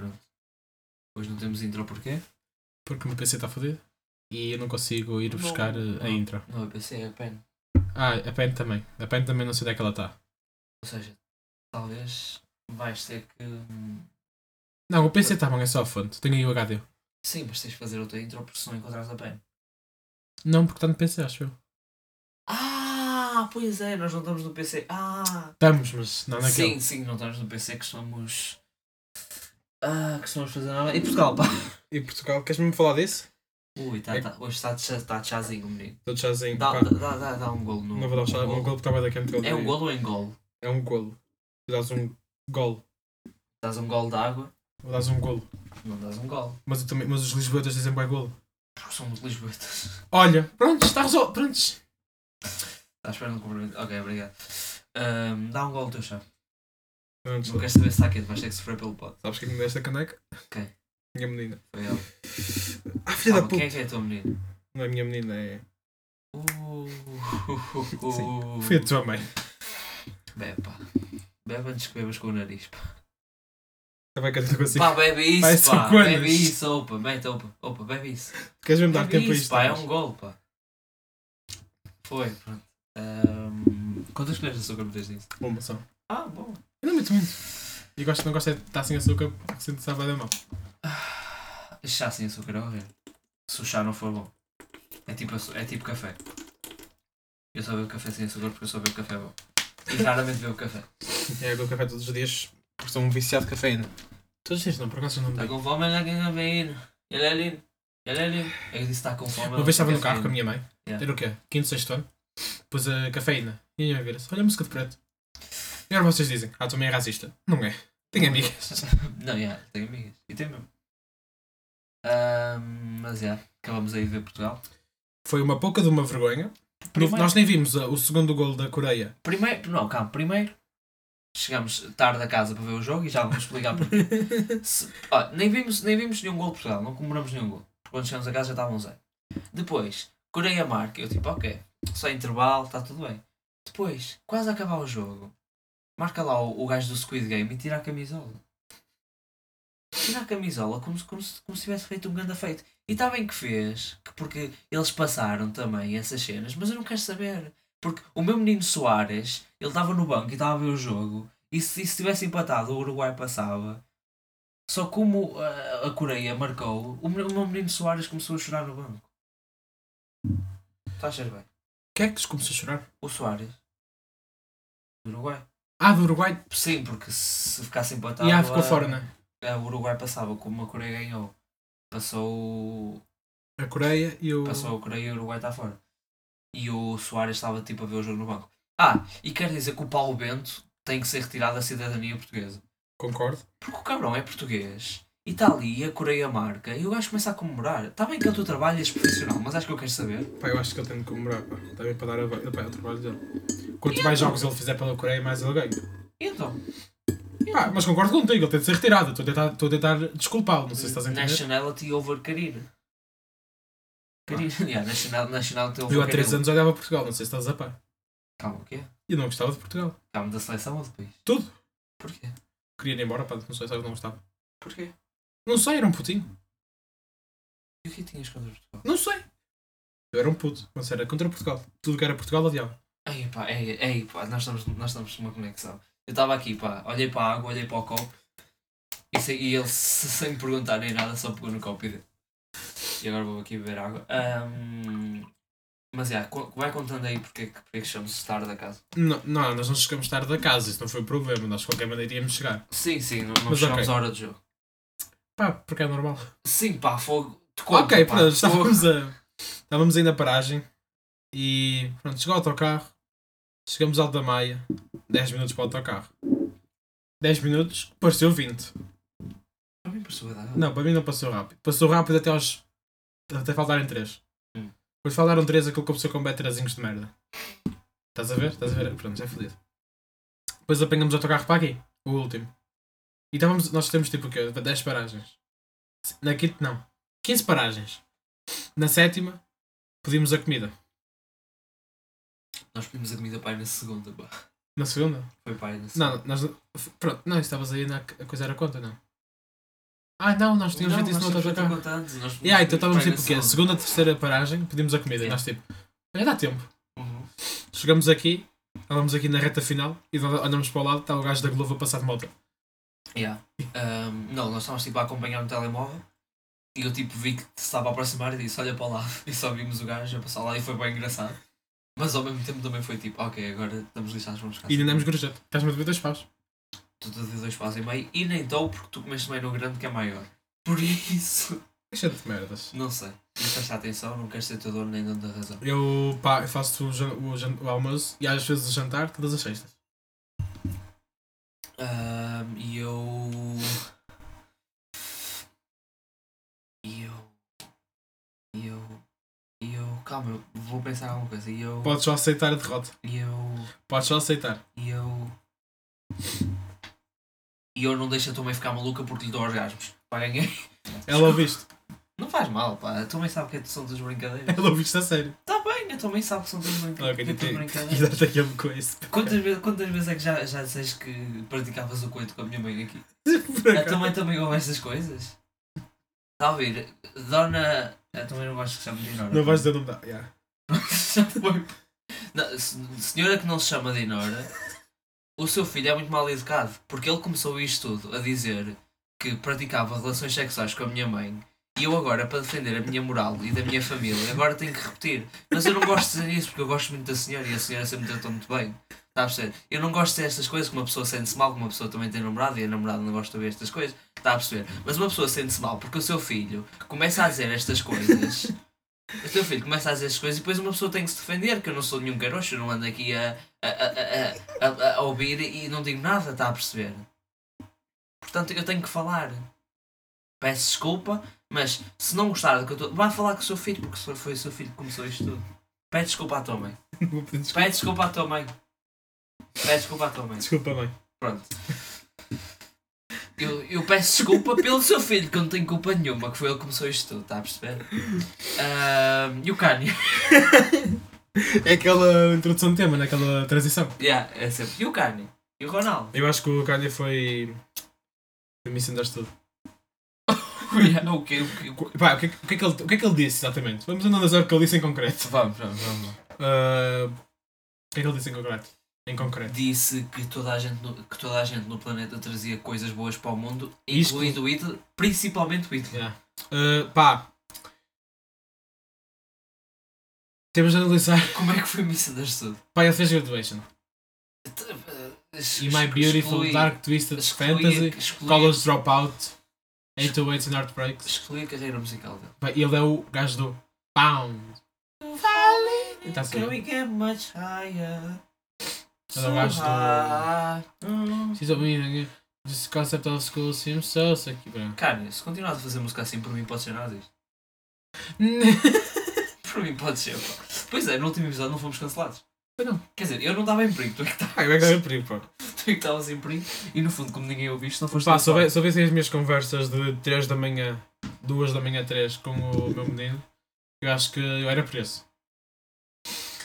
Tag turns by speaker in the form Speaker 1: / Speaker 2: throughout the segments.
Speaker 1: Pronto. Hoje não temos intro porquê?
Speaker 2: Porque o meu PC está fodido e eu não consigo ir buscar eh, a intro.
Speaker 1: Não é PC, é pen.
Speaker 2: Ah, a pen também. A pen também não sei onde é que ela está.
Speaker 1: Ou seja, talvez vais ter que. hum,
Speaker 2: Não, o PC está bom, é só a fonte. Tenho aí o HD.
Speaker 1: Sim, mas tens de fazer outra intro porque se não encontrares a pen.
Speaker 2: Não, porque está no PC, acho eu.
Speaker 1: Ah, pois é, nós não estamos no PC. Ah!
Speaker 2: Estamos, mas não Tá naquele.
Speaker 1: Sim, sim, não estamos no PC que somos. Ah, que somos fazer nada. E Portugal, pá!
Speaker 2: E Portugal, queres mesmo falar disso?
Speaker 1: Ui, tá, tá, hoje está de chá- tá de chazinho, menino.
Speaker 2: Estou já assim.
Speaker 1: Dá,
Speaker 2: pá,
Speaker 1: dá, dá, dá, dá um golo no.
Speaker 2: Não vou dar um, chá- um
Speaker 1: no
Speaker 2: golo
Speaker 1: golo.
Speaker 2: porque estava daqui a muito golo.
Speaker 1: É um golo ou em golo?
Speaker 2: É um golo. Tu dás um golo.
Speaker 1: Dás um golo de água?
Speaker 2: Ou dás um golo.
Speaker 1: Não dás um golo.
Speaker 2: Mas, eu também, mas os lisboetas dizem bem golo.
Speaker 1: Porque somos lisboetas.
Speaker 2: Olha, prontos, está resolvido. Prontos.
Speaker 1: Estás esperando um cumprimento. Ok, obrigado. Ahm, dá um gol ao teu chá.
Speaker 2: Prontos.
Speaker 1: Não queres saber se tá- está quente, vais ter que sofrer pelo pote.
Speaker 2: Sabes quem me deu esta caneca?
Speaker 1: Quem?
Speaker 2: Minha menina.
Speaker 1: Foi ela.
Speaker 2: Ah, filha
Speaker 1: Ah,
Speaker 2: da
Speaker 1: mas
Speaker 2: puta.
Speaker 1: quem é que é a tua menina?
Speaker 2: Não é minha menina, é.
Speaker 1: Uh,
Speaker 2: Foi a tua mãe.
Speaker 1: Bebe, pá. Bebe antes que bebas com o nariz, pá.
Speaker 2: Também que eu não consigo.
Speaker 1: Pá, bebe isso,
Speaker 2: Vai, são
Speaker 1: pá.
Speaker 2: coisas.
Speaker 1: Bebe isso, opa. Mete, opa. Opa, bebe isso.
Speaker 2: Queres mesmo dar
Speaker 1: Bebe
Speaker 2: tempo a
Speaker 1: isso,
Speaker 2: isto?
Speaker 1: pá. É um gol, pá. Foi, pronto. Ahm, quantas colheres de açúcar metes nisso?
Speaker 2: Uma só.
Speaker 1: Ah, bom.
Speaker 2: Eu não muito muito. E gosto, não gosto é de estar sem açúcar porque sinto sabe da mão.
Speaker 1: Chá sem açúcar é horrível. Se o chá não for bom. É tipo, açu- é tipo café. Eu só bebo café sem açúcar porque eu só bebo café bom. E raramente bebo café. Tá
Speaker 2: É, eu bebo café todos os dias porque sou um viciado de cafeína. Todos os dias não, por acaso eu não
Speaker 1: Está
Speaker 2: bebo.
Speaker 1: com fome, olha quem não vem ir. Ele é lindo. Ele é lindo. Eu disse está com fome. é
Speaker 2: Uma vez estava no carro com a minha mãe.
Speaker 1: Yeah.
Speaker 2: Era o quê? Quinto, sexto ano. Pus a cafeína. E a minha mãe vira-se. Olha a música de preto. E agora vocês dizem. Ah, também é racista. Não é. Tenho amigas.
Speaker 1: Não, já, tenho amigas. E tenho mesmo. Ahm, mas já, acabamos aí de ver Portugal.
Speaker 2: Foi uma pouca de uma vergonha.
Speaker 1: Primeiro-
Speaker 2: Nós nem vimos uh, o segundo gol da Coreia.
Speaker 1: Primeiro, não, calma, primeiro chegámos tarde a casa para ver o jogo e já vamos explicar porquê. Se- ó, nem, vimos, nem vimos nenhum gol de Portugal, não comemoramos nenhum gol. Porque quando chegamos a casa já estavam zero. Depois, Coreia marca, eu tipo, ok, só intervalo, está tudo bem. Depois, quase a acabar o jogo, marca lá o, o gajo do Squid Game e tira a camisola. Tira a camisola como, se- como, se, como se tivesse feito um grande feito. E está bem que fez, que porque eles passaram também essas cenas, mas eu não quero saber. Porque o meu menino Soares, ele estava no banco e estava a ver o jogo, e se, e se tivesse empatado, o Uruguai passava. Só como eh, a, a Coreia marcou, o, meu- o meu menino Soares começou a chorar no banco. Estás a ser bem?
Speaker 2: Quem é que começou a chorar?
Speaker 1: O Soares. Do Uruguai.
Speaker 2: Ah, do Uruguai.
Speaker 1: Sim, porque se ficasse empatado.
Speaker 2: E ah, ficou
Speaker 1: a-
Speaker 2: fora, né?
Speaker 1: a- O Uruguai passava, como a Coreia ganhou. Passou.
Speaker 2: A Coreia e o.
Speaker 1: Passou a Coreia e Tá o Uruguai está fora. E o Soares estava tipo a ver o jogo no banco. Ah, e quer dizer que o Paulo Bento tem que ser retirado da cidadania portuguesa.
Speaker 2: Concordo.
Speaker 1: Porque o cabrão é português. E está ali, a Coreia marca, e o gajo começa a comemorar. Está bem que é o teu trabalho és profissional, mas acho que eu quero saber.
Speaker 2: Pá, eu acho que ele tem de comemorar, pá. Também para dar a... pá, é o trabalho dele. Quanto mais jogos ele fizer pela Coreia, mais ele ganha.
Speaker 1: E então?
Speaker 2: Pá, mas concordo contigo, ele tem de ser retirado. Estou a tentar, estou a tentar desculpá-lo, não sei se estás a entender.
Speaker 1: Nationality over career. Career. Yeah, national, nationality over
Speaker 2: Eu há
Speaker 1: career.
Speaker 2: 3 anos olhava Portugal, não sei se estás a par.
Speaker 1: Calma, o quê?
Speaker 2: E eu não gostava de Portugal.
Speaker 1: Calma, da seleção ou do país?
Speaker 2: Tudo.
Speaker 1: Porquê?
Speaker 2: Queria ir embora, pá, não sei se eu não gostava.
Speaker 1: Porquê?
Speaker 2: Não sei, era um putinho.
Speaker 1: E o que tinhas contra Portugal?
Speaker 2: Não sei. Eu era um puto, mas era contra Portugal. Tudo que era Portugal odiava.
Speaker 1: Ei pá, ei, ei pá, nós estamos, nós estamos numa conexão. Eu estava aqui pá, olhei para a água, olhei para o copo e, sei, e ele se- sem me perguntar nem nada só pegou no copo e deu. E agora vou aqui beber água. Ahm, mas é, vai contando aí porque, é que- porque é que chamamos de estar da casa.
Speaker 2: Não, não, nós não chegamos tarde da casa, isso não foi o problema, nós de qualquer maneira íamos chegar.
Speaker 1: Sim, sim, não, não
Speaker 2: Mas
Speaker 1: chegamos
Speaker 2: ok.
Speaker 1: à hora do jogo.
Speaker 2: Pá, porque é normal.
Speaker 1: Sim pá, fogo. Te conto,
Speaker 2: Ok,
Speaker 1: pá,
Speaker 2: pronto,
Speaker 1: fogo.
Speaker 2: estávamos, a, estávamos aí na paragem e pronto, chegou o autocarro, chegamos ao da Maia, 10 minutos para o autocarro. 10 minutos, pareceu 20.
Speaker 1: Para mim pareceu bué da rápido.
Speaker 2: Não, para mim não passou rápido. Passou rápido até aos. até faltarem 3.
Speaker 1: Hum.
Speaker 2: Depois faltaram 3, aquilo começou com betrazinhos de merda. Estás a ver? Estás a ver? Pronto, já é fodido. Depois apanhamos o autocarro para aqui, o último. E estávamos, nós temos tipo o quê? 10 paragens. Na quinta, não. 15 paragens. Na sétima, pedimos a comida.
Speaker 1: Nós pedimos a comida pai na segunda pá.
Speaker 2: Na segunda?
Speaker 1: Foi pai nesse.
Speaker 2: Não, nós. f- Pronto, não, estavas aí na a coisa era conta, não? Ah, não, nós tínhamos
Speaker 1: Não,
Speaker 2: feito isso
Speaker 1: nós
Speaker 2: no outro
Speaker 1: tínhamos feito
Speaker 2: autocarro.
Speaker 1: a conta antes, nós
Speaker 2: E aí, então
Speaker 1: fomos
Speaker 2: estávamos
Speaker 1: pai
Speaker 2: tipo o
Speaker 1: na
Speaker 2: quê?
Speaker 1: segunda.
Speaker 2: Segunda, terceira paragem, pedimos a comida e nós tipo. Olha, dá tempo.
Speaker 1: Uhum.
Speaker 2: Chegamos aqui, andamos aqui na reta final e nós andamos para o lado, está o gajo da Globo a passar de moto.
Speaker 1: Yeah. Ahm, não, nós estávamos tipo a acompanhar no telemóvel e eu tipo vi que se estava a aproximar e disse olha para lá e só vimos o gajo a passar lá e foi bem engraçado. Mas ao mesmo tempo também foi tipo, ok, agora estamos lixados, vamos ficar
Speaker 2: E ainda
Speaker 1: sem
Speaker 2: andamos gorjeta. Estás-me a dever dois paus.
Speaker 1: Tu te dei dois passos e meio e nem dou porque tu comeste meio no grande que é maior. Por isso,
Speaker 2: Deixa-te de merdas.
Speaker 1: não sei. Mas presta atenção, não queres ser teu dono nem dono da razão.
Speaker 2: Eu, pá, eu faço o, jan- o jan- o almoço e às vezes o jantar todas as sextas.
Speaker 1: Ahm, E eu. E eu. E eu. E eu. Calma, eu vou pensar em alguma coisa. E eu.
Speaker 2: Podes só aceitar a derrota.
Speaker 1: E eu.
Speaker 2: Podes só aceitar.
Speaker 1: E eu. E eu não deixo a tua mãe ficar maluca porque lhe dou orgasmos. Para ganhar.
Speaker 2: Ela ouviste.
Speaker 1: Não faz mal, pá. A tua mãe sabe que são tuas brincadeiras.
Speaker 2: Ela ouviste a sério.
Speaker 1: Está bem, a tua mãe sabe que são tuas brincadeiras.
Speaker 2: Ah, ok,
Speaker 1: que é tudo
Speaker 2: tentei. E
Speaker 1: brincadeiras.
Speaker 2: dá-te aquele coice.
Speaker 1: Quantas vezes, quantas vezes é que já, já disseste que praticavas o coito com a minha mãe aqui?
Speaker 2: Por
Speaker 1: A tua
Speaker 2: acaso.
Speaker 1: mãe também ouve estas coisas? Está a ouvir? Dona. Eu também não gosto que chame de Inora.
Speaker 2: Não vais dizer o nome da. Yeah.
Speaker 1: Já foi. Não, se- senhora que não se chama Dinora, o seu filho é muito mal educado, porque ele começou isto tudo a dizer que praticava relações sexuais com a minha mãe e eu agora, para defender a minha moral e da minha família, agora tenho que repetir. Mas eu não gosto de dizer isso porque eu gosto muito da senhora e a senhora sempre me tratou muito bem. Está a perceber? Eu não gosto de dizer estas coisas que uma pessoa sente-se mal, que uma pessoa também tem namorado e a namorada não gosta de ouvir estas coisas. Está a perceber? Mas uma pessoa sente-se mal porque o seu filho começa a dizer estas coisas o teu filho começa a dizer as coisas e depois uma pessoa tem que se defender, que eu não sou nenhum garoto, eu não ando aqui a, a, a, a, a, a ouvir e não digo nada, está a perceber? Portanto, eu tenho que falar. Peço desculpa, mas se não gostar do que eu estou. Vá falar com o seu filho, porque só foi o seu filho que começou isto tudo. Pede desculpa à tua mãe.
Speaker 2: Não vou pedir desculpa.
Speaker 1: Pede desculpa à tua mãe. Pede desculpa à tua mãe.
Speaker 2: Desculpa, mãe.
Speaker 1: Pronto. Eu, eu peço desculpa pelo seu filho, que eu não tenho culpa nenhuma, que foi ele que começou isto tudo, está a perceber? Ahm, e o Kanye?
Speaker 2: É aquela introdução de tema, naquela transição.
Speaker 1: Yeah, é sempre. E o Kanye? E o Ronaldo?
Speaker 2: Eu acho que o Kanye foi. foi misunderstood.
Speaker 1: yeah, o quê? O quê? O quê?
Speaker 2: Pá, o que, é que- o que é que ele, o que é que ele disse exatamente? Vamos analisar o que ele disse em concreto.
Speaker 1: Vamos, vamos, vamos.
Speaker 2: Ah, o que é que ele disse em concreto? Em concreto.
Speaker 1: Disse que toda, a gente no, que toda a gente no planeta trazia coisas boas para o mundo,
Speaker 2: Isto-
Speaker 1: incluindo o Hitler, principalmente o Hitler.
Speaker 2: Yeah. Ah, pá. Temos de analisar.
Speaker 1: Como é que foi misunderstood?
Speaker 2: Pá, ele fez graduation. E My Beautiful Dark Twisted Fantasy. College Dropout. 808 and Heartbreaks.
Speaker 1: Escolhi a carreira musical dele.
Speaker 2: Pá, ele é o gajo do Pound. Tá
Speaker 1: Can
Speaker 2: certo.
Speaker 1: we get much higher?
Speaker 2: Ele é o gajo do-
Speaker 1: high.
Speaker 2: She's a winner. This concept of school seems so aqui, branco.
Speaker 1: Kanye, se continuares a fazer música assim, por mim pode ser nada disto. Por mim pode ser. pá. Pois é, no último episódio não fomos cancelados.
Speaker 2: Pois não.
Speaker 1: Quer dizer, eu não estava em perigo, tu é que tá-
Speaker 2: Ah, eu é que eu perigo, pá.
Speaker 1: tu é que estavas em perigo e no fundo, como ninguém ouviu isto, não foste
Speaker 2: Pá, se
Speaker 1: cancelado.
Speaker 2: houve- se houvessem as minhas conversas de 3 da manhã, 2 da manhã, 3 com o meu menino, eu acho que eu era preso.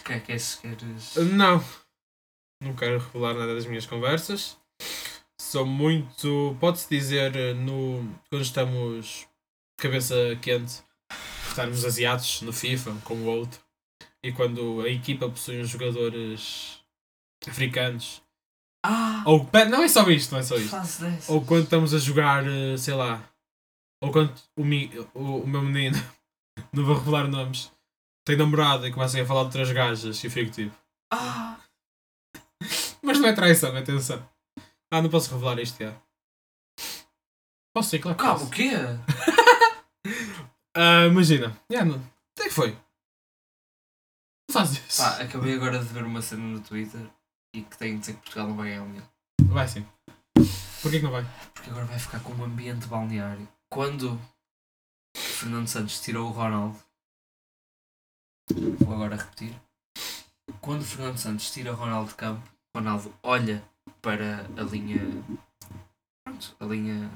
Speaker 1: Que é que é se queres.
Speaker 2: Não. Não quero revelar nada das minhas conversas. Sou muito. Pode-se dizer, eh, no, quando estamos cabeça quente, estarmos asiados no FIFA, um com o outro, e quando a equipa possui uns jogadores africanos.
Speaker 1: Ah!
Speaker 2: Ou. pe- Não é só isto, não é só isto.
Speaker 1: Faz dessa.
Speaker 2: Ou quando estamos a jogar, eh, sei lá. Ou quando o, mi- o, o meu menino, não vou revelar nomes, tem namorada e começa a falar de outras gajas e eu fico tipo.
Speaker 1: Ah!
Speaker 2: Mas não é traição, atenção. Ah, não posso revelar isto, já. Posso ser, claro que
Speaker 1: Calma,
Speaker 2: posso.
Speaker 1: o quê?
Speaker 2: Ah, imagina. Já, não. Até que foi. Não faz isso.
Speaker 1: Pá, acabei agora de ver uma cena no Twitter e que tem de dizer que Portugal não vai ganhar o Mundial.
Speaker 2: Vai sim. Porquê que não vai?
Speaker 1: Porque agora vai ficar com um ambiente balneário. Quando Fernando Santos tirou o Ronaldo, vou agora repetir. Quando Fernando Santos tira o Ronaldo de campo, Ronaldo olha para a linha. Pronto, a linha.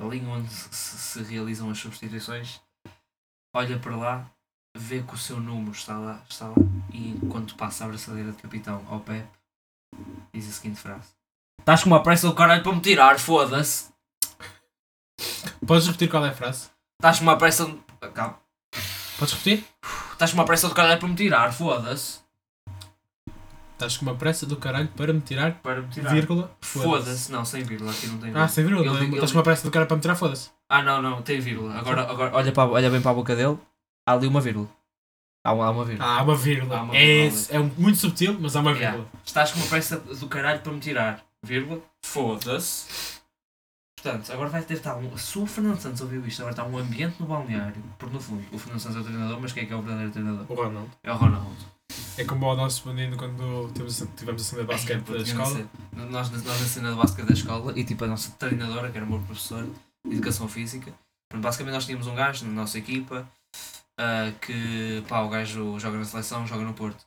Speaker 1: A linha onde se, se- se realizam as substituições, olha para lá, vê que o seu número está lá, está lá e quando passa a braçadeira de capitão ao pé, Diz a seguinte frase. Estás com uma pressa do caralho para me tirar, foda-se.
Speaker 2: Podes repetir qual é a frase?
Speaker 1: Estás com uma pressa... Calma.
Speaker 2: Podes repetir?
Speaker 1: Estás com uma pressa do caralho para me tirar, foda-se.
Speaker 2: Estás com uma pressa do caralho para me tirar,
Speaker 1: Para me tirar.
Speaker 2: vírgula, foda-se.
Speaker 1: Foda-se. Não, sem vírgula. Aqui não tem vírgula.
Speaker 2: Ah, sem vírgula.
Speaker 1: Ele- ele-
Speaker 2: Estás com uma pressa do caralho para me tirar, foda-se.
Speaker 1: Ah, não, não, tem vírgula. Agora, agora olha, para, a- olha bem para a boca dele. Há ali uma vírgula. Há uma, há uma vírgula.
Speaker 2: Ah, há uma vírgula.
Speaker 1: Há uma
Speaker 2: é,
Speaker 1: vírgula.
Speaker 2: é um- muito subtil, mas há uma
Speaker 1: Yeah.
Speaker 2: vírgula.
Speaker 1: Estás com uma pressa do caralho para me tirar. Vírgula. Foda-se. Portanto, agora vai ter de estar um. Se o Fernando Santos ouviu isto, agora está um ambiente no balneário. Porque no fundo, o Fernando Santos é o treinador, mas quem é que é o verdadeiro treinador?
Speaker 2: O Ronaldo.
Speaker 1: É o Ronaldo.
Speaker 2: É como o nosso menino quando tivemos, tivemos a cena de
Speaker 1: Ai,
Speaker 2: basquete
Speaker 1: puto,
Speaker 2: da
Speaker 1: eu não
Speaker 2: escola.
Speaker 1: sei. Nós, nós na cena de basquete da escola e tipo a nossa treinadora, que era uma professora de educação física, pronto, basicamente nós tínhamos um gajo na nossa equipa ah, que pá, o gajo joga na seleção, joga no Porto.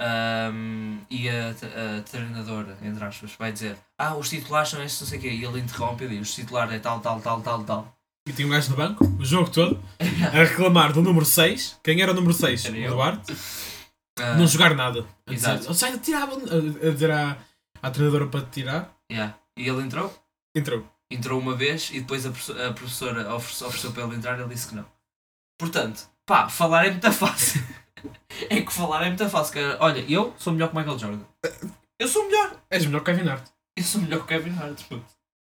Speaker 1: Ahm, e a, t- a treinadora, entre aspas, vai dizer Ah, os titulares são estes, não sei o quê, e ele interrompe e diz: Os titulares é tal, tal, tal, tal, tal.
Speaker 2: E tinha um gajo no banco, o jogo todo, a reclamar do número 6. Quem era o número 6? O
Speaker 1: Era eu.
Speaker 2: Duarte.
Speaker 1: Ah,
Speaker 2: Não jogar nada. A dizer,
Speaker 1: Exato.
Speaker 2: Sai de tirar a bola", a- a dizer à, à treinadora para te tirar.
Speaker 1: yeah. E ele entrou,
Speaker 2: Entrou.
Speaker 1: entrou uma vez e depois a, profe- a professora ofereceu, ofereceu para ele entrar e ele disse que não. Portanto, pá, falar é muito fácil. é que falar é muito fácil. Cara. Olha, eu sou melhor que o Michael Jordan. Eu sou melhor.
Speaker 2: És melhor que o Kevin Hart.
Speaker 1: Eu sou melhor que o Kevin Hart. puto.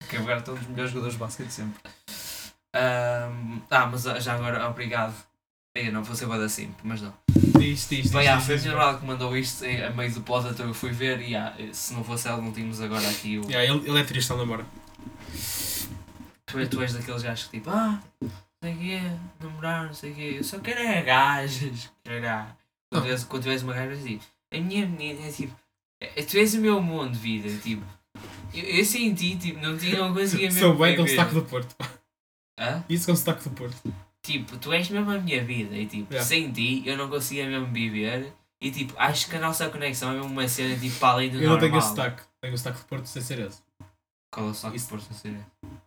Speaker 1: Kevin Hart é um dos melhores jogadores de basquete de sempre. Ahm, ah, mas ah, já agora, obrigado. Eu não vou ser bada simp, mas não.
Speaker 2: Diz, diz, diz.
Speaker 1: Bem, ah,
Speaker 2: diz,
Speaker 1: foi o
Speaker 2: diz, diz.
Speaker 1: general que mandou isto em- a meio do pod, então eu fui ver e ah, se não fosse ela não tínhamos agora aqui o.
Speaker 2: Yeah, ele, ele é triste, ele namora.
Speaker 1: Tu, é- tu és daqueles gajos que tipo, ah, não sei o quê, namorar, não sei o quê, eu só quero é gajas, caralho. Quando,
Speaker 2: Não.
Speaker 1: tiveres- quando tiveres uma gaja, tipo, a minha menina é tipo, é- tu és o meu mundo, vida, tipo, eu, eu sem ti, tipo, não tinha não conseguia mesmo.
Speaker 2: Sou bem com o
Speaker 1: viver.
Speaker 2: sotaque do Porto.
Speaker 1: Hã?
Speaker 2: Isso com o sotaque do Porto.
Speaker 1: Tipo, tu és mesmo a minha vida, e tipo,
Speaker 2: Yeah.
Speaker 1: sem ti eu não conseguia mesmo viver, e tipo, acho que a nossa conexão é mesmo uma cena tipo para além do
Speaker 2: Eu não
Speaker 1: normal.
Speaker 2: tenho esse sotaque. Tenho o sotaque do Porto sem ser esse.
Speaker 1: Qual é o sotaque
Speaker 2: Isso.
Speaker 1: por ser?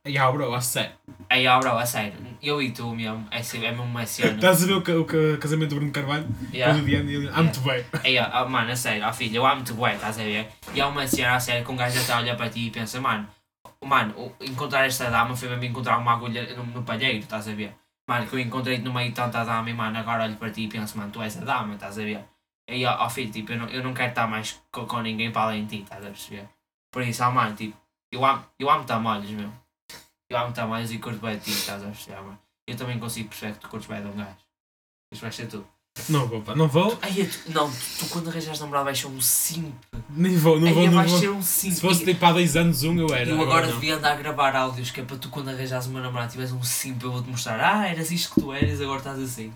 Speaker 2: Yeah, bro, a sério.
Speaker 1: Aí, ó, bro, a sério, eu e tu mesmo, é ser- é mesmo uma cena.
Speaker 2: Estás a ver o, ca- o ca- casamento do Bruno Carvalho?
Speaker 1: Yeah.
Speaker 2: Com o Diana e ele. Ah, muito bem.
Speaker 1: Aí, ó, ó, mano, a sério, ó filho, eu amo-te bué, estás a ver? E há uma cena a sério que um gajo até olha para ti e pensa, mano, mano, o- encontrar esta dama foi mesmo encontrar uma agulha no, no palheiro, estás a ver? Mano, que eu encontrei-te no meio de tanta dama e, mano, agora olho para ti e penso, mano, tu és a dama, estás a ver? Aí, ó, ó filho, tipo, eu não, eu não quero estar mais com, com ninguém para além de ti, estás a perceber? Por isso, ó, mano, tipo, eu amo, eu amo tamalhos, meu. Eu amo tamalhos e curto bem de ti, estás a perceber, mano? Eu também consigo perceber que tu curtes bem de um gajo. Isto vai ser tu.
Speaker 2: Não vou, pá, não vou,
Speaker 1: Ai, eu- não, tu, tu quando arranjares namorado vais ser um simp.
Speaker 2: nem vou, não
Speaker 1: Aí
Speaker 2: vou, não
Speaker 1: vais
Speaker 2: vou.
Speaker 1: ser um simp.
Speaker 2: Se fosse tipo há dois anos, um eu era.
Speaker 1: eu agora
Speaker 2: não.
Speaker 1: devia andar a gravar áudios que é para tu quando arranjares uma namorada tiveres um simp, eu vou-te mostrar. Ah, eras isto que tu eras, agora estás assim.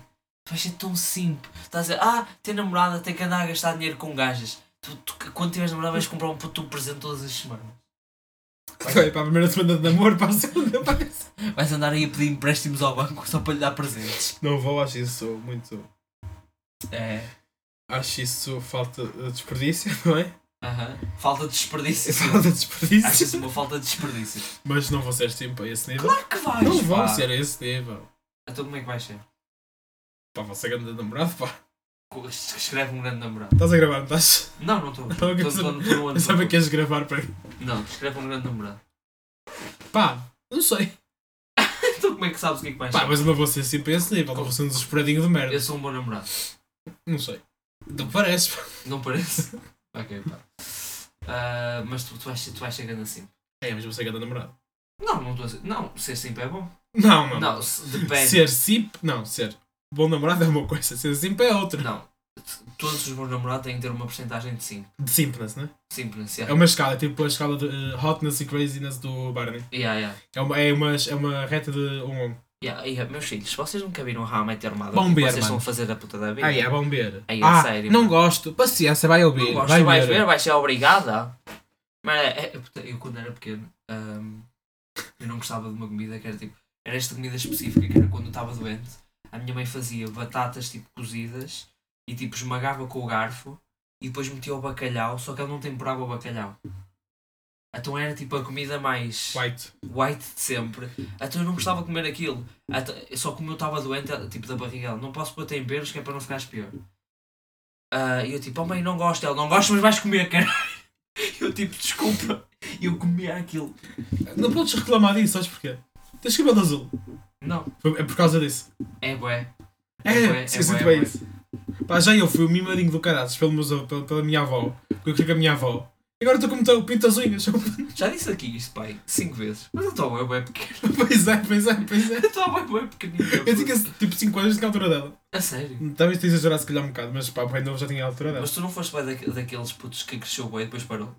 Speaker 1: Tu vais ser tão simp. Estás a dizer, ah, ter namorada, tem que andar a gastar dinheiro com gajas. Tu, tu- quando tiveres namorada vais comprar um puto presente todas as semanas.
Speaker 2: Foi para a primeira semana de namoro, para a segunda, para a terceira.
Speaker 1: Vais andar aí a pedir empréstimos ao banco só para lhe dar presentes.
Speaker 2: Não vou, acho isso muito.
Speaker 1: É.
Speaker 2: Acho isso falta de desperdício, não é?
Speaker 1: Aham. Falta de
Speaker 2: É
Speaker 1: desperdício.
Speaker 2: falta de
Speaker 1: Achas
Speaker 2: desperdício.
Speaker 1: uma falta de desperdício.
Speaker 2: Mas não vou ser sempre a esse nível.
Speaker 1: Claro que vais.
Speaker 2: Não
Speaker 1: pá.
Speaker 2: vou ser a esse nível.
Speaker 1: Então como é que vais ser?
Speaker 2: Pá, vou ser grande namorado, pá.
Speaker 1: Co- Escreve um grande namorado.
Speaker 2: Estás a gravar, não estás?
Speaker 1: Não, não estou.
Speaker 2: Então, eu
Speaker 1: Estou
Speaker 2: sou-
Speaker 1: no ano.
Speaker 2: Eu sabia que queres gravar para mim.
Speaker 1: Não, escreve um grande namorado.
Speaker 2: Pá, não sei.
Speaker 1: Então como é que sabes o que é que vais
Speaker 2: Pá,
Speaker 1: ser?
Speaker 2: mas eu não vou ser sempre a esse nível. Não vou ser um desesperadinho de merda.
Speaker 1: Eu sou um bom namorado.
Speaker 2: Não sei. Não parece, pá.
Speaker 1: Não parece? ok, pá. Ah, mas tu, tu, vais, ser- tu vais chegando assim.
Speaker 2: É, mas você é cada namorado.
Speaker 1: Não, não estou a ser. Não, ser simp é bom.
Speaker 2: Não, não.
Speaker 1: Não,
Speaker 2: não
Speaker 1: se- depende.
Speaker 2: ser simp, não, ser bom namorado é uma coisa, ser simp é outra.
Speaker 1: Não. T- Todos os bons namorados têm que ter uma porcentagem de simp.
Speaker 2: De simpness, né?
Speaker 1: Simples,
Speaker 2: É
Speaker 1: yeah.
Speaker 2: uma escala, é tipo a escala de eh, hotness e craziness do Barney.
Speaker 1: Yeah, yeah.
Speaker 2: É uma, é uma, é uma reta de um homem.
Speaker 1: Yeah, yeah. Meus filhos, vocês nunca viram um How I Met Your Mother?
Speaker 2: Vão ver,
Speaker 1: vocês estão
Speaker 2: mano.
Speaker 1: a fazer a puta da vida.
Speaker 2: Ah, é, bom ver.
Speaker 1: Ai, é
Speaker 2: ah,
Speaker 1: sério,
Speaker 2: não
Speaker 1: mano.
Speaker 2: gosto. Paciência, vai
Speaker 1: Não
Speaker 2: ouvir.
Speaker 1: gosto,
Speaker 2: vai
Speaker 1: vais
Speaker 2: ver.
Speaker 1: ver, vais ser obrigada. Mas é, é, puta, eu quando era pequeno, hum, eu não gostava de uma comida que era tipo, era esta comida específica que era quando eu estava doente, a minha mãe fazia batatas tipo cozidas e tipo esmagava com o garfo e depois metia o bacalhau, só que ela não temperava o bacalhau. Então era tipo a comida mais
Speaker 2: White.
Speaker 1: white de sempre. Então eu não gostava de comer aquilo. Até- só como eu estava doente, ela- tipo da barriga, ela, não posso pôr temperos que é para não ficares pior. Ah, E eu tipo, oh mãe, não gosto. Ela, não gosto, mas vais comer, cara. Eu tipo, desculpa, eu comia aquilo.
Speaker 2: Não podes reclamar disso, sabes porquê? Tens cabelo azul.
Speaker 1: Não,
Speaker 2: Foi- É por causa disso.
Speaker 1: é bué. É bué,
Speaker 2: É,
Speaker 1: é
Speaker 2: esqueci
Speaker 1: bué,
Speaker 2: é,
Speaker 1: é
Speaker 2: bem
Speaker 1: bué.
Speaker 2: isso. Pá, já eu fui o mimadinho do caraças pelo meu, avô- pela, pela minha avó, porque eu queria com a minha avó. E agora estou com o pinto as unhas.
Speaker 1: Já disse aqui isto, pai, cinco vezes. Mas eu estava bué, bué pequeno.
Speaker 2: pois é, pois é, pois é.
Speaker 1: Eu estava bué, bué pequenino.
Speaker 2: Eu tinha tipo 5 anos, tinha a altura dela.
Speaker 1: A sério?
Speaker 2: Talvez esteja a jurar se calhar um bocado, mas pá, o bem novo já tinha a altura dela.
Speaker 1: Mas tu não foste bué daque- daqueles putos que cresceu bué e depois parou?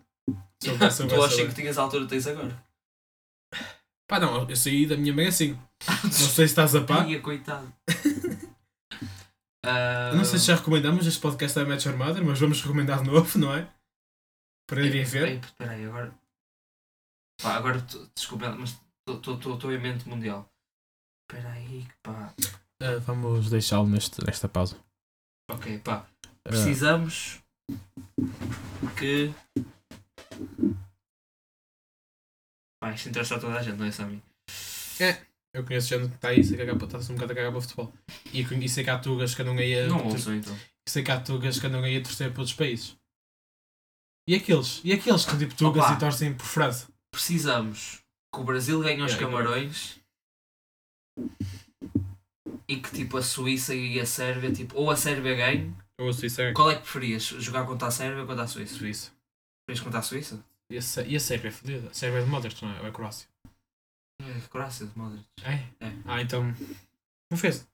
Speaker 2: Sou bué, sou
Speaker 1: tu
Speaker 2: bué, sou
Speaker 1: achei
Speaker 2: é bué.
Speaker 1: que tinhas a altura que tens agora.
Speaker 2: Pá, não, eu saí da minha mãe assim. Não sei se estás a pá.
Speaker 1: Ia, coitado. Ah,
Speaker 2: Não sei se já recomendamos este podcast da Match Your Mother, mas vamos recomendar de novo, não é? Para irem ver.
Speaker 1: Ei, Espera aí, agora. Pá, agora, tu- desculpa, mas estou em mente mundial. Espera aí, pá.
Speaker 2: Ah,
Speaker 1: é,
Speaker 2: vamos deixá-lo neste- nesta pausa.
Speaker 1: Ok, pá.
Speaker 2: Ah,
Speaker 1: Precisamos que. Pá, isto interessa a toda a gente, não é só a mim.
Speaker 2: É. eu conheço gente que está aí, sei que acaba- está-se um bocado a cagar para o futebol. E, con- e sei que há tugas que andam aí a.
Speaker 1: Não ouçam então.
Speaker 2: sei que há tugas que andam aí a torcer para outros países. E aqueles? E aqueles que tipo tugas
Speaker 1: Opa.
Speaker 2: e torcem por França?
Speaker 1: Precisamos que o Brasil ganhe aos
Speaker 2: Yeah, eu-
Speaker 1: camarões. E que tipo a Suíça e a Sérvia, tipo, ou a Sérvia ganhe.
Speaker 2: Ou a Suíça é
Speaker 1: Qual é que preferias? Jogar contra a Sérvia ou contra a Suíça?
Speaker 2: Suíça.
Speaker 1: Preferias contra a Suíça?
Speaker 2: é E a Sé- e a Sérvia é fodida. A Sérvia é de Modric, não é? Ou é a Croácia?
Speaker 1: É, Croácia de Modric.
Speaker 2: É?
Speaker 1: É.
Speaker 2: Ah, então. Não fez.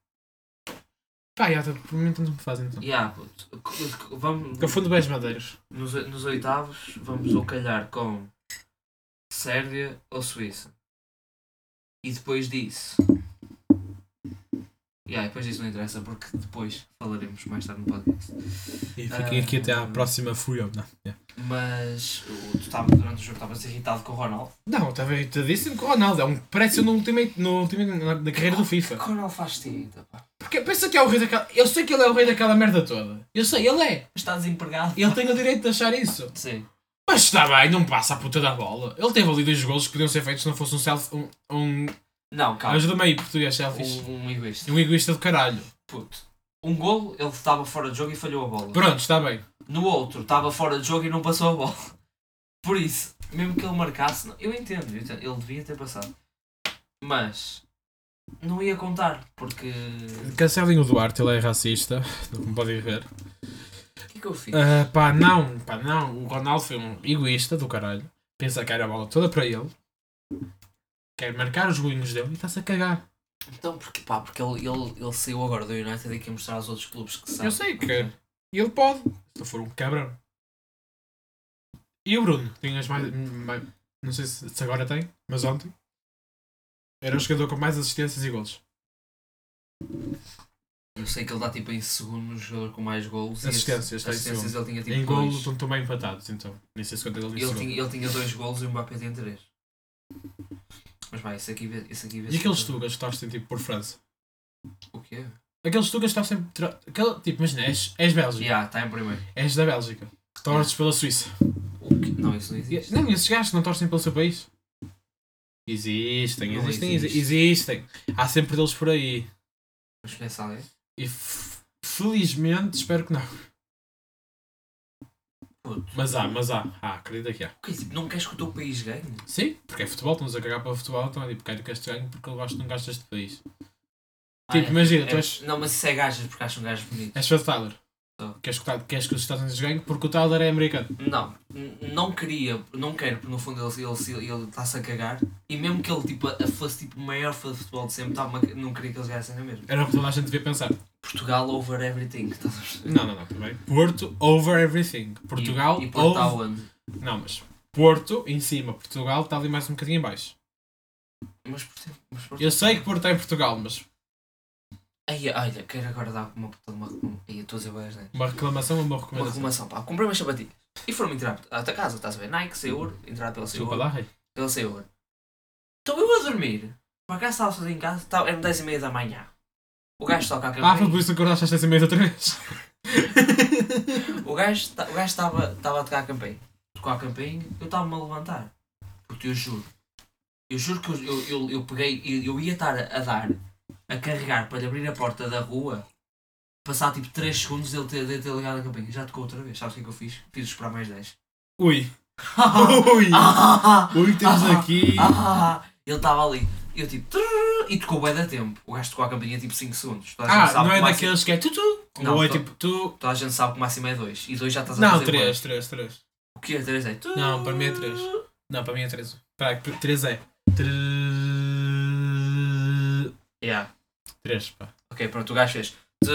Speaker 2: Pá, já, então, por mim então não me fazem então.
Speaker 1: Yeah, puto. C- c- Vamos,
Speaker 2: Confundo bem os madeiros.
Speaker 1: nos, oi- nos oitavos vamos ou calhar com Sérvia ou Suíça. E depois disso. Yeah, depois disso não interessa porque depois falaremos mais tarde no podcast.
Speaker 2: E
Speaker 1: fiquem aqui até à
Speaker 2: próxima fúria. Não,
Speaker 1: Mas o- tu estava durante o jogo estavas irritado com o Ronaldo.
Speaker 2: não tá estava irritadíssimo com o Ronaldo. É um que parece no ultimate, no ultimate na, na carreira do
Speaker 1: O que
Speaker 2: FIFA.
Speaker 1: o Ronaldo faz tinta, pá.
Speaker 2: Porque pensa que é o rei daquela. Eu sei que ele é o rei daquela merda toda. Eu sei, ele é.
Speaker 1: Está desempregado.
Speaker 2: Ele tem o direito de achar isso.
Speaker 1: Sim.
Speaker 2: Mas está bem, não passa a puta da bola. Ele teve ali dois golos que podiam ser feitos se não fosse um self. Um. um
Speaker 1: Não, calma.
Speaker 2: Ajuda-me aí, português, selfies.
Speaker 1: Um, um egoísta.
Speaker 2: Um egoísta do caralho.
Speaker 1: Puto. Um golo, ele estava fora de jogo e falhou a bola.
Speaker 2: Pronto, está bem.
Speaker 1: No outro, estava fora de jogo e não passou a bola. Por isso, mesmo que ele marcasse, não- eu entendo, eu entendo, ele devia ter passado. Mas não ia contar, porque. O
Speaker 2: Cancelem o Duarte, ele é racista, como podem ver.
Speaker 1: que é que eu fiz?
Speaker 2: Ah, pá, não, pá, não. O Ronaldo foi um egoísta do caralho. Pensa que era a bola toda para ele. Quer marcar os golinhos dele e está-se a cagar.
Speaker 1: Então, porque, pá, porque ele, ele, ele saiu agora do United e quer mostrar aos outros clubes que sabe.
Speaker 2: Eu sei que- E ele pode, se não for um cabrão. E o Bruno? Tinhas mais. mais- não sei se, se agora tem, mas ontem. Era o jogador com mais assistências e gols.
Speaker 1: Eu sei que ele está tipo em segundo no jogador com mais golos. e
Speaker 2: Assistências,
Speaker 1: as-
Speaker 2: está em
Speaker 1: assistências ele tinha
Speaker 2: Em
Speaker 1: tipo
Speaker 2: golos
Speaker 1: dois.
Speaker 2: estão estão bem empatados, então. Nem sei se conta ele
Speaker 1: Ele
Speaker 2: segundo.
Speaker 1: tinha, ele tinha dois golos e o Mbappé tem três. Mas vai, isso aqui vê. Isso aqui vê
Speaker 2: E aqueles tugas que torcem tipo por França?
Speaker 1: O quê?
Speaker 2: Aqueles tugas que torcem. tra- Aquele, tipo, imagina, és, és Bélgica.
Speaker 1: Yeah, está em primeiro.
Speaker 2: És da Bélgica. Torces pela Suíça.
Speaker 1: O quê? Não, isso não existe.
Speaker 2: Não, esses gajos não torcem pelo seu país. Existem,
Speaker 1: Não
Speaker 2: existem, exi-
Speaker 1: existe.
Speaker 2: existem. Há sempre deles por aí.
Speaker 1: Mas conhece alguém?
Speaker 2: E f- felizmente espero que não.
Speaker 1: Puto.
Speaker 2: Mas há, mas há. Há, acredita que há.
Speaker 1: Ok, tipo, não queres que o teu país ganhe?
Speaker 2: Sim, porque é futebol, estamos a cagar para o futebol, então é tipo, quero que este ganhe porque eu gosto, não gosto deste país. tipo,
Speaker 1: Ah, é.
Speaker 2: imagina, tu
Speaker 1: É-
Speaker 2: és,
Speaker 1: Não, mas isso é gajas porque acham gajos bonitos.
Speaker 2: és fã de Tyler.
Speaker 1: Sou.
Speaker 2: Queres, que, o Tyler- queres que os Estados Unidos ganhem porque o Tyler é americano.
Speaker 1: Não, n- não queria, não quero, porque no fundo ele está-se ele, ele está-se a cagar. E mesmo que ele tipo, a- fosse tipo, o maior fã de futebol de sempre, tava-me a- não queria que eles ganhassem na mesma.
Speaker 2: Era o que toda a gente devia pensar.
Speaker 1: Portugal over everything. tá-, estás a perceber?
Speaker 2: Não, não, não, também. Porto over everything. Portugal
Speaker 1: E, e
Speaker 2: over
Speaker 1: Portugal onde?
Speaker 2: Não, mas Porto em cima, Portugal está ali mais um bocadinho em baixo.
Speaker 1: Mas, Portu- mas Portugal.
Speaker 2: Eu sei que Porto é em Portugal, mas
Speaker 1: Ai, olha, quero agora dar uma puta de uma. Ai, eu estou a dizer boas, né?
Speaker 2: uma reclamação é uma
Speaker 1: Uma
Speaker 2: recomendação.
Speaker 1: recomendação, pá. Comprei umas sapatilhas. E foram entrar à tua casa, estás a ver? Nike, Seur, entrar pela Seur.
Speaker 2: Desculpa lá, rei.
Speaker 1: Pela Seur. Estou Então eu a dormir. Por acaso estava sozinho em casa, estava, eram 10 e meia da manhã. O gajo toca a
Speaker 2: Ah, foi
Speaker 1: campainha.
Speaker 2: por isso que acordaste às 6 e meia outra vez.
Speaker 1: o gajo ta- o gajo estava estava a tocar a campainha. Tocou a campainha, eu estava-me a levantar. Porque eu juro. Eu juro que eu, eu, eu, eu peguei, eu, eu ia estar a, a dar, a carregar para lhe abrir a porta da rua. Passar tipo 3 segundos dele ter, dele ter ligado a campainha. Já tocou outra vez. Sabes o que é que eu fiz? Fiz esperar mais 10.
Speaker 2: Ui, Ui!
Speaker 1: Ah,
Speaker 2: Ui, temos
Speaker 1: ah,
Speaker 2: aqui.
Speaker 1: ah, ah. ele estava ali. E eu tipo. trrr, E tocou bem da tempo. O gajo tocou a campainha tipo 5 segundos. Toda a gente
Speaker 2: Ah,
Speaker 1: sabe
Speaker 2: não
Speaker 1: que
Speaker 2: é
Speaker 1: o máximo-
Speaker 2: daqueles que é tu tu.
Speaker 1: Não,
Speaker 2: Ou é
Speaker 1: tô-
Speaker 2: tipo tu.
Speaker 1: Toda a gente sabe que o máximo é 2. E 2 já estás a
Speaker 2: Não,
Speaker 1: fazer. bué.
Speaker 2: 3, 3, 3.
Speaker 1: O que é 3 é? Tu-
Speaker 2: Não, para mim é três. Não, para mim é 3. Espera, 3 é. 3,
Speaker 1: Yeah.
Speaker 2: pá.
Speaker 1: Ok, pronto, o gajo fez. Tu-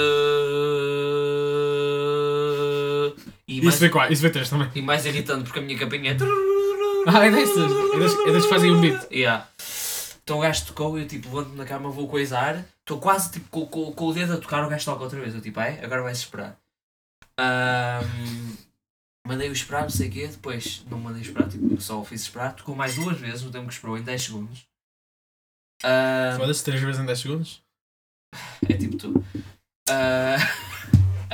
Speaker 1: E mais,
Speaker 2: Isso foi 4, isso foi 3 também.
Speaker 1: e mais irritante porque a minha campainha é.
Speaker 2: Ah, é destas. É das- é das que fazem um beat.
Speaker 1: Yeah. Então o gajo tocou e eu tipo levanto-me na cama, vou coisar, estou quase tipo com, com- com o dedo a tocar, o gajo toca outra vez. Eu tipo, ai, agora vais esperar. Ahm, mandei-o esperar, não sei o quê, depois não mandei esperar, tipo, só o fiz esperar, tocou mais duas vezes no tempo que esperou, em 10 segundos. Ahm,
Speaker 2: Foda-se, 3 vezes em 10 segundos.
Speaker 1: é tipo tu. Ah,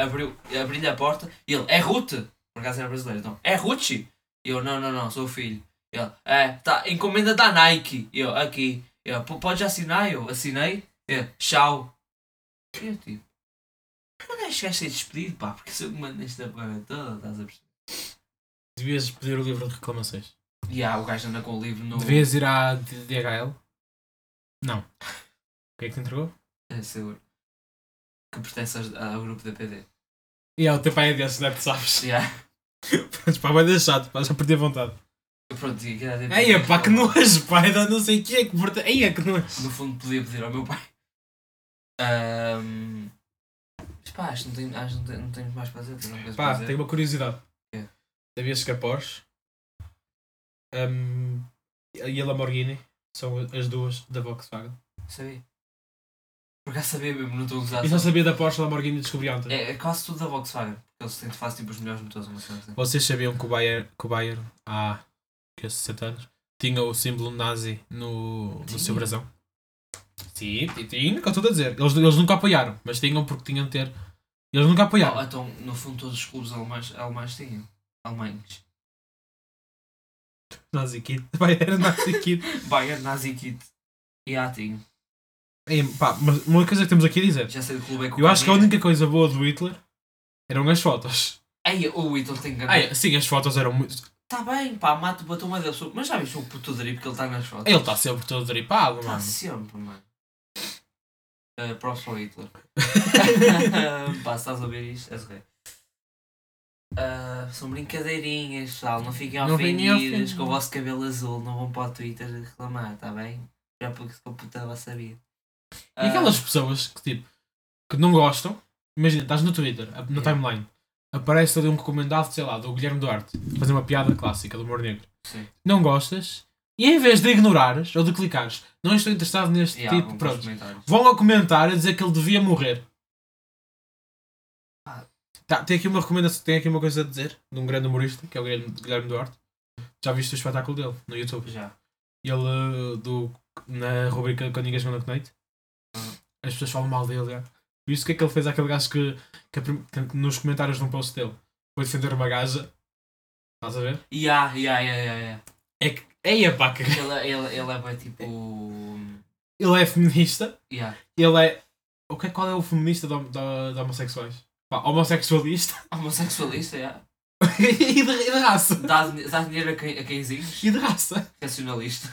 Speaker 1: abriu, abri-lhe a porta e ele, é Ruth? Por acaso era brasileiro, então, é Ruchi? E eu, não, não, não, sou o filho. Ele, é, tá, encomenda da Nike. E eu, aqui. Eu, "P- pode assinar? Eu, assinei. Ele, tchau. E eu, tipo, não é chegar a ser despedido, pá, porque se eu me mando nesta barra toda, estás a perceber?
Speaker 2: Devias pedir o livro de reclamações.
Speaker 1: E há o gajo anda com o livro no.
Speaker 2: Devias ir à DHL? Não. O que é que te entregou?
Speaker 1: É, seguro. Que pertence aos- ao, grupo da PD.
Speaker 2: E é, o teu pai é desses, não é? Tu sabes. é
Speaker 1: E há-
Speaker 2: Mas pá, vai deixar, pá, já perdi a vontade.
Speaker 1: Pronto, e tipo- aquilo era-
Speaker 2: Eia, pá, que nojo, pá, ainda não sei o que é que porta. Eia, que nojo.
Speaker 1: no fundo podia pedir ao meu pai. Ahm, mas pá, acho que não tenho, acho que não tenho, não tenho mais para dizer. tenho uma coisa para
Speaker 2: Pá,
Speaker 1: dizer.
Speaker 2: tenho uma curiosidade.
Speaker 1: É.
Speaker 2: Sabias que a Porsche hum, e a Lamborghini são as duas da Volkswagen?
Speaker 1: Sabia? Por acaso sabia mesmo, não estou a gozar.
Speaker 2: E só sabia da Porsche e Lamborghini descobri ontem.
Speaker 1: Ah, É, é quase tudo da Volkswagen, porque eles tentam fazer tipo os melhores motores. Uma cena assim.
Speaker 2: Vocês sabiam que o Bayern, que o Bayern há que é 60 anos, tinha o símbolo nazi no, no seu
Speaker 1: Tinha?
Speaker 2: brasão? Sim, ti- tinha, que eu estou a dizer. Eles, eles nunca apoiaram, mas tinham porque tinham de ter. Eles nunca apoiaram.
Speaker 1: Oh, então, no fundo, todos os clubes alemães, alemães tinham. Alemães.
Speaker 2: Nazi Kid. Bayern Nazi Kid.
Speaker 1: Bayern, Nazi Kid. E há, tinha.
Speaker 2: Ei, pá, mas uma coisa que temos aqui a dizer.
Speaker 1: Já sei do clube é que
Speaker 2: Eu acho que a
Speaker 1: Bayern-
Speaker 2: única coisa boa do Hitler eram as fotos.
Speaker 1: Ei, o Whittle tem
Speaker 2: Ah,
Speaker 1: ganho.
Speaker 2: é, sim, as fotos eram muito.
Speaker 1: Tá bem, pá, mato, bateu uma dele. Mas já viste o puto drip que ele está nas fotos?
Speaker 2: Ele está sempre todo dripado,
Speaker 1: Está
Speaker 2: Tá mano.
Speaker 1: sempre, mano. Uh, Props ao Hitler. Pá, se estás a ouvir isto, és o rei. Ah, são brincadeirinhas, pessoal. Não fiquem
Speaker 2: Não fiquem
Speaker 1: ofendidas com o
Speaker 2: ofendidos.
Speaker 1: vosso cabelo azul. Não vão para o Twitter reclamar, está bem? Já porque se computa a vossa vida. Ah,
Speaker 2: E aquelas pessoas que tipo que não gostam, imagina, estás no Twitter, a- na
Speaker 1: Yeah.
Speaker 2: timeline, aparece ali um recomendado, sei lá, do Guilherme Duarte, a fazer uma piada clássica do humor negro.
Speaker 1: Sim.
Speaker 2: Não gostas, e em vez de ignorares ou de clicares, não estou interessado neste
Speaker 1: Yeah,
Speaker 2: tipo,
Speaker 1: vão para os
Speaker 2: pronto.
Speaker 1: comentários.
Speaker 2: Vão ao comentário a dizer que ele devia morrer.
Speaker 1: Ah.
Speaker 2: Tá, tem aqui uma recomendação, tem aqui uma coisa a dizer de um grande humorista, que é o Guilherme, Guilherme Duarte. Já viste o espetáculo dele no YouTube?
Speaker 1: Já.
Speaker 2: ele eh, do, na rubrica Quando Ninguém Esconde a Knight as pessoas falam mal dele já. por isso o que é que ele fez àquele gajo que, que a prim- que nos comentários de um post dele foi defender uma gaja estás a ver?
Speaker 1: Ya, ya, ya, ya, ya.
Speaker 2: é que é pá que
Speaker 1: Ele, ele, ele é bem tipo. hum,
Speaker 2: ele é feminista
Speaker 1: Ya.
Speaker 2: ele é o que é qual é o feminista de, hom- de- de homossexuais? Pá, homossexualista
Speaker 1: Homossexualista, ya.
Speaker 2: e, de, e de raça
Speaker 1: Dá, din- dá dinheiro a, quem, a quenzinhos.
Speaker 2: e de raça
Speaker 1: Racionalista.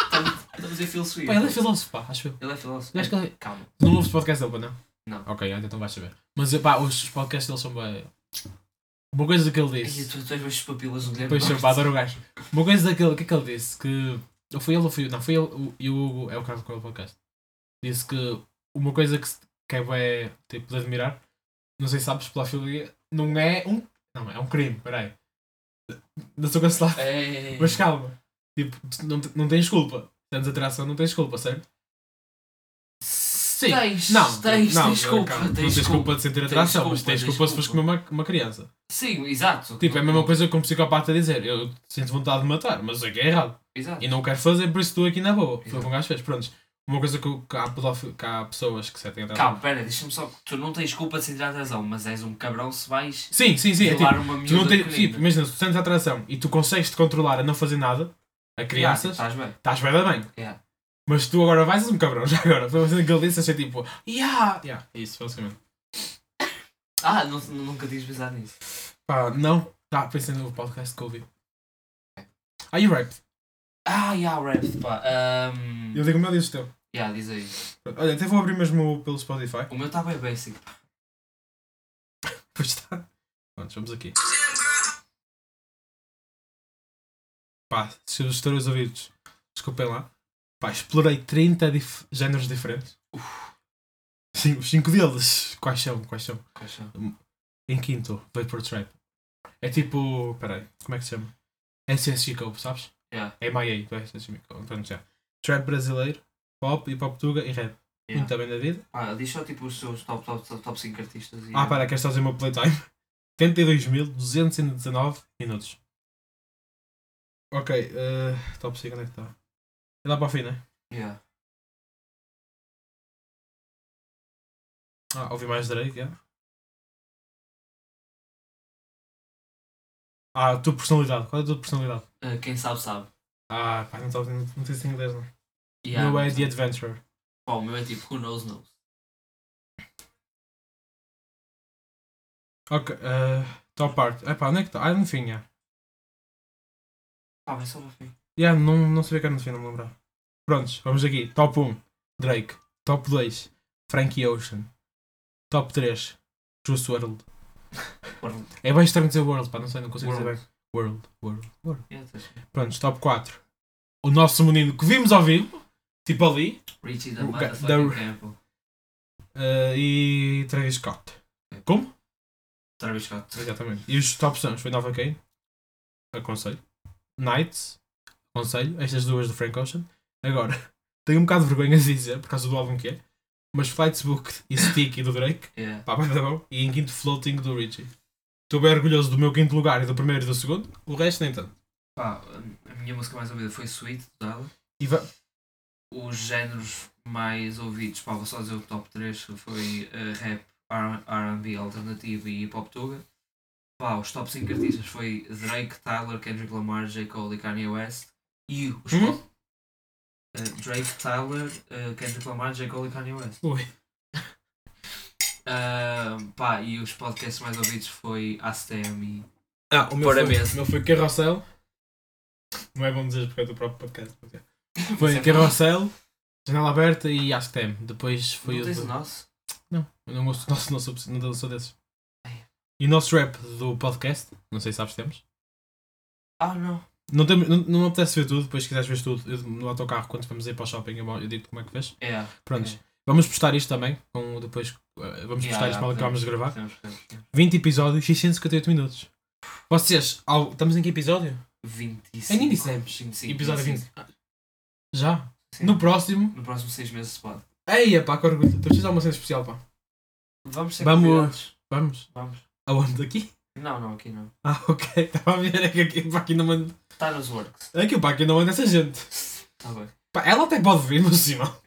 Speaker 1: Estamos- Estamos em filosofia.
Speaker 2: pá, ele é filósofo pá, acho eu
Speaker 1: Ele é filósofo.
Speaker 2: Eu acho que ele-
Speaker 1: Calma.
Speaker 2: Tu não ouves o podcast dele, pá, não?
Speaker 1: Não.
Speaker 2: Ok, então vais saber. Mas pá, os podcasts dele são bem. Uma coisa que ele
Speaker 1: Ei,
Speaker 2: disse.
Speaker 1: tu, tu és mais papilas do Guilherme.
Speaker 2: Pois eu
Speaker 1: Duarte.
Speaker 2: pá, adoro o gajo. Uma coisa daquele, o que é que ele disse? Que. Ou foi ele ou foi eu? Não, foi ele o- e o Hugo, é o caso com o podcast. Disse que uma coisa que, se- que é bué, tipo, de admirar, não sei se sabes, pedofilia, não é um. Não, é um crime, peraí. Não sou cancelado.
Speaker 1: Ei,
Speaker 2: Mas calma, tipo, tu não, te- não tens culpa. Tens atração, não tens culpa, certo?
Speaker 1: Sim. Tens,
Speaker 2: não,
Speaker 1: tens,
Speaker 2: não,
Speaker 1: tens culpa.
Speaker 2: calma, não
Speaker 1: tens
Speaker 2: tens
Speaker 1: culpa.
Speaker 2: culpa de sentir atração, mas
Speaker 1: culpa,
Speaker 2: tens
Speaker 1: tens
Speaker 2: culpa se fores comer
Speaker 1: culpa.
Speaker 2: uma, uma criança.
Speaker 1: Sim, exato.
Speaker 2: Tipo, é a mesma coisa que um psicopata dizer: Eu sinto vontade de matar, mas sei que é errado.
Speaker 1: Exato.
Speaker 2: E não o quero fazer, por isso estou aqui na boa. Foi o
Speaker 1: Exato.
Speaker 2: que um gajo fez. Pronto. Uma coisa que, o- que há, pedofi- que há pessoas que se têm atração.
Speaker 1: Calma, pera, deixa-me só. Tu não tens culpa de sentir atrasão, mas és um cabrão se vais
Speaker 2: Sim, sim, sim. É
Speaker 1: violar
Speaker 2: tipo,
Speaker 1: uma miúda.
Speaker 2: tu não tens,
Speaker 1: pequenina.
Speaker 2: tipo, imagina, se tu sentes atração e tu consegues te controlar a não fazer nada, a
Speaker 1: Yeah,
Speaker 2: crianças,
Speaker 1: Ah, Estás bem.
Speaker 2: estás bem da bem.
Speaker 1: Yeah.
Speaker 2: Mas tu agora vais és um cabrão, já agora. Foi uma cena que ele disse, achei tipo, yeah! Yeah, é isso, basicamente.
Speaker 1: Ah, não- nunca tinhas pensado nisso.
Speaker 2: Pá, não, tá, pensei no podcast que ouvi. Ah, e o rap?
Speaker 1: Ah, yeah, Rapt, pá. Um...
Speaker 2: Eu digo o meu e dizes o teu.
Speaker 1: Yeah, diz aí.
Speaker 2: Olha, até vou abrir mesmo o- pelo Spotify.
Speaker 1: O meu está bem basic.
Speaker 2: Pois está. Pronto, vamos aqui. Pá, se os teus ouvidos, desculpem lá. Pá, explorei 30 dif- géneros diferentes. Sim, os 5 deles. Quais são? Quais são?
Speaker 1: Quais são?
Speaker 2: Em quinto, Vapor Trap. É tipo. Peraí, como é que se chama? SS Code, sabes?
Speaker 1: Yeah.
Speaker 2: É MIA, do SS Code. Pronto, já. Trap brasileiro, pop, hip hop tuga e rap.
Speaker 1: Yeah.
Speaker 2: Muito bem da vida.
Speaker 1: Ah, diz só tipo os seus top, top, top, top 5 artistas. E...
Speaker 2: Ah, pera, queres fazer o meu playtime? 72.219 minutos. Ok, eh, top 5, onde é que está? É lá para o fim, né?
Speaker 1: Yeah.
Speaker 2: Ah, ouvi mais Drake, yeah. Ah, a tua personalidade. Qual é a tua personalidade?
Speaker 1: Ah, quem sabe, sabe.
Speaker 2: Ah, pá, não, tô, não, não sei se tem inglês, não.
Speaker 1: Yeah,
Speaker 2: meu é
Speaker 1: mas-
Speaker 2: The Adventurer.
Speaker 1: Pá, o meu é tipo Who Knows Knows.
Speaker 2: Ok, eh, top art. Epá, onde é que está? Ah, no fim, já.
Speaker 1: Pá, Ah, vai só para o fim.
Speaker 2: Já, não, não sabia que era no fim, não me lembrava. Prontos, vamos aqui. Top 1, Drake. Top 2, Frankie Ocean. Top 3, Juice WRLD.
Speaker 1: World.
Speaker 2: É bem estranho dizer World, pá, não sei, não consigo dizer
Speaker 1: World. é.
Speaker 2: bem. World, World, World.
Speaker 1: Yeah, tá certo.
Speaker 2: Prontos, top 4, o nosso menino que vimos ao vivo, tipo ali,
Speaker 1: Richie da
Speaker 2: O ga-
Speaker 1: Motherfucking
Speaker 2: da-
Speaker 1: Campbell.
Speaker 2: eh, e Travis Scott.
Speaker 1: Travis Scott.
Speaker 2: Exatamente. E os top sons foi Nova Kane, aconselho. Nights, aconselho. Estas duas do Frank Ocean. Agora, tenho um bocado de vergonha de dizer, por causa do álbum que é, mas Flights Booked e Sticky do Drake,
Speaker 1: Yeah.
Speaker 2: pá, vai dar bom. E em quinto, Floating do Richie. Estou bem orgulhoso do meu quinto lugar e do primeiro e do segundo, o resto nem tanto.
Speaker 1: Pá, a minha música mais ouvida foi Sweet, dela.
Speaker 2: E va-
Speaker 1: Os géneros mais ouvidos, pá, vou só dizer o top 3 foi eh, rap, R- RB, alternativo e hip hop tuga. Pá, os top 5 artistas foi Drake, Tyler, Kendrick Lamar, J. Cole e Kanye West. E os
Speaker 2: Hum?
Speaker 1: top. eh, Drake, Tyler, eh, Kendrick Lamar, J. Cole e Kanye West.
Speaker 2: Ui.
Speaker 1: Ah, pá, e os podcasts mais ouvidos foi ACTM e
Speaker 2: Ah, o meu
Speaker 1: Fora
Speaker 2: foi,
Speaker 1: mesmo.
Speaker 2: o meu foi Carrossel. Não é bom dizer porque é do próprio podcast. mas é. Foi
Speaker 1: Sempre-
Speaker 2: Carrossel, Janela Aberta e Ask Tem. Depois foi
Speaker 1: Não
Speaker 2: o
Speaker 1: tens
Speaker 2: do-
Speaker 1: o nosso?
Speaker 2: Não, eu não gosto, nossa, não sou, não sou- não sou desses.
Speaker 1: Ai.
Speaker 2: E o nosso rap do podcast, não sei se sabes, temos.
Speaker 1: Ah, não.
Speaker 2: Não, temos, não, não me apetece ver tudo, depois se quiseres ver tudo eu- no autocarro, quando vamos ir para o shopping, eu, eu digo como é que vês.
Speaker 1: É.
Speaker 2: Prontos,
Speaker 1: ok.
Speaker 2: vamos postar isto também, com, depois eh, vamos
Speaker 1: Yeah,
Speaker 2: postar isto
Speaker 1: yeah,
Speaker 2: mal que acabamos de gravar.
Speaker 1: Temos, temos, temos.
Speaker 2: 20 episódios, 658 minutos. Vocês, ao- estamos em que episódio?
Speaker 1: 25.
Speaker 2: Ainda dissemos.
Speaker 1: 25.
Speaker 2: episódio
Speaker 1: 25.
Speaker 2: 20. Já?
Speaker 1: Sim.
Speaker 2: No próximo.
Speaker 1: No próximo 6 meses se pode.
Speaker 2: Ei, pá, que orgulho. Estou a precisar de alguma cena especial, pá.
Speaker 1: Vamos ser
Speaker 2: Vamos.
Speaker 1: convidados.
Speaker 2: Vamos.
Speaker 1: Vamos.
Speaker 2: Aonde? Aqui?
Speaker 1: Não, não, aqui não.
Speaker 2: Ah, ok. Estava a ver, é que aqui, pá, aqui não manda.
Speaker 1: Está nos works.
Speaker 2: É que pá, aqui não manda essa gente.
Speaker 1: Está bem.
Speaker 2: Pá, ela até pode vir, mas sim, não.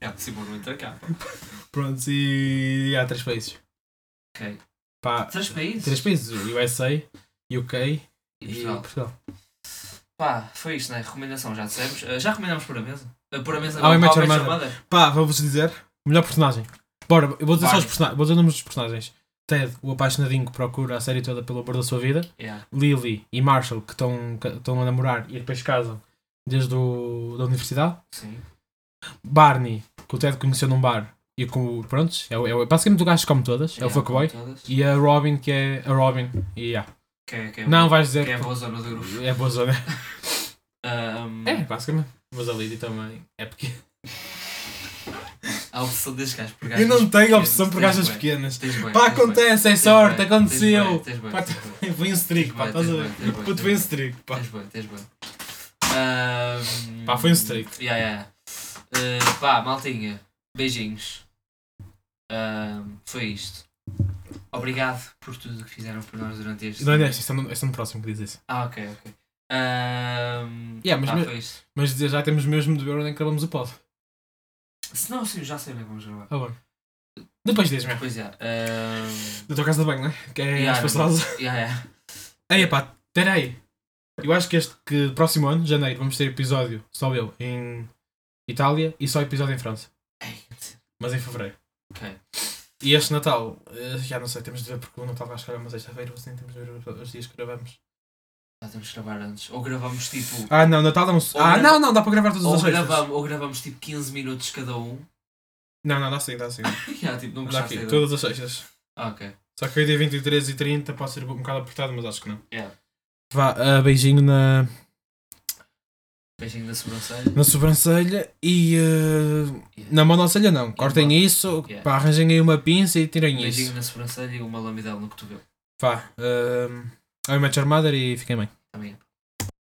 Speaker 1: É, Simão não entra cá. pá.
Speaker 2: Pronto, e há três países.
Speaker 1: Ok.
Speaker 2: Pá,
Speaker 1: Três países?
Speaker 2: três países. USA, UK
Speaker 1: E
Speaker 2: e
Speaker 1: Portugal.
Speaker 2: Portugal.
Speaker 1: Pá, foi isto, né? Recomendação, já dissemos. Ah, já recomendamos por a mesa. Ah, por a mesa
Speaker 2: Ah,
Speaker 1: não,
Speaker 2: I Met
Speaker 1: para a
Speaker 2: Your
Speaker 1: Met Your
Speaker 2: Mother.
Speaker 1: Mother.
Speaker 2: Pá, vou-vos dizer. o Melhor personagem. Bora, eu vou dizer só os
Speaker 1: Barney.
Speaker 2: personagens. Vou dizer os nomes dos personagens. Ted, o apaixonadinho que procura a série toda pelo amor da sua vida.
Speaker 1: Yeah.
Speaker 2: Lily e Marshall, que estão que estão a namorar e depois casam desde o, da universidade.
Speaker 1: Sim.
Speaker 2: Barney, que o Ted conheceu num bar e com o. Prontos, é, o- é, o- basicamente o gajo que come todas, é o
Speaker 1: Yeah,
Speaker 2: fuckboy.
Speaker 1: como todas.
Speaker 2: E a Robin, que é a Robin. E yeah.
Speaker 1: Que é, que é
Speaker 2: Não
Speaker 1: boa-
Speaker 2: vais dizer.
Speaker 1: Que é a
Speaker 2: que-
Speaker 1: boa zona do grupo.
Speaker 2: É boa zona.
Speaker 1: Ah, hum,
Speaker 2: É, basicamente. Mas a Lady também é pequena.
Speaker 1: A opção destes gajos por
Speaker 2: Eu não tenho opção por
Speaker 1: Tens
Speaker 2: gajas
Speaker 1: bué.
Speaker 2: pequenas.
Speaker 1: Tens bué,
Speaker 2: Pá,
Speaker 1: tens bué.
Speaker 2: acontece, é
Speaker 1: Tens
Speaker 2: sorte,
Speaker 1: bué,
Speaker 2: aconteceu.
Speaker 1: Tens bem,
Speaker 2: Pá,
Speaker 1: tens bem.
Speaker 2: Vem um streak, pá,
Speaker 1: Tens
Speaker 2: estás a
Speaker 1: bué,
Speaker 2: ver?
Speaker 1: tens bué,
Speaker 2: Puto,
Speaker 1: tens
Speaker 2: vem um
Speaker 1: bué.
Speaker 2: streak, pá.
Speaker 1: Tens bem, tens bem. Ahm,
Speaker 2: Pá, foi um streak.
Speaker 1: Yeah, yeah. Ah, pá, maltinha, beijinhos. Ahm, foi isto. Obrigado por tudo que fizeram por nós durante este.
Speaker 2: Não é neste, isto é no- isto é no próximo que diz isso.
Speaker 1: Ah, ok, ok. Ahm,
Speaker 2: Yeah, mas
Speaker 1: pá,
Speaker 2: me-
Speaker 1: foi isto.
Speaker 2: Mas dizer, já temos mesmo de ver onde é que gravamos o pod.
Speaker 1: Se não, sim, já sei bem como gravar.
Speaker 2: Ah, bom. Depois diz mesmo.
Speaker 1: Pois é. ahm,
Speaker 2: Da tua casa de banho, não é? Que é
Speaker 1: Yeah,
Speaker 2: as
Speaker 1: não-
Speaker 2: passadas.
Speaker 1: yeah, yeah.
Speaker 2: Ei, pá, espera aí. Eu acho que este que próximo ano, janeiro, vamos ter episódio só eu em Itália e só episódio em França.
Speaker 1: Ei,
Speaker 2: Mas em fevereiro.
Speaker 1: Ok.
Speaker 2: E este Natal, eh, já não sei, temos de ver porque o Natal vai chegar a uma sexta-feira, assim, temos de ver os dias que gravamos.
Speaker 1: Já temos que gravar antes. Ou gravamos tipo.
Speaker 2: Ah, não, Natal não. se-
Speaker 1: Ou
Speaker 2: Ah,
Speaker 1: grava-
Speaker 2: não, não, dá para gravar todas
Speaker 1: Ou
Speaker 2: as sextas.
Speaker 1: gravamos, ou gravamos tipo 15 minutos cada um.
Speaker 2: Não, não, dá sim, dá sim.
Speaker 1: Já, tipo, não gostaste
Speaker 2: Dá
Speaker 1: da
Speaker 2: aqui,
Speaker 1: ideia.
Speaker 2: todas as sextas.
Speaker 1: Ah, ok.
Speaker 2: Só que o dia 23 e 30 pode ser um bocado apertado, mas acho que não.
Speaker 1: Yeah.
Speaker 2: Vá, ah, beijinho na,
Speaker 1: Beijinho da sobrancelha.
Speaker 2: na sobrancelha e. ah,
Speaker 1: Yeah.
Speaker 2: na monocelha não. Cortem isso,
Speaker 1: Yeah.
Speaker 2: pá, arranjem aí uma pinça e tirem
Speaker 1: Beijinho
Speaker 2: isso.
Speaker 1: na sobrancelha e uma lamidela no cotovelo.
Speaker 2: eh, Vá, ah, Oi, Match Armada e fiquem bem.
Speaker 1: Também é.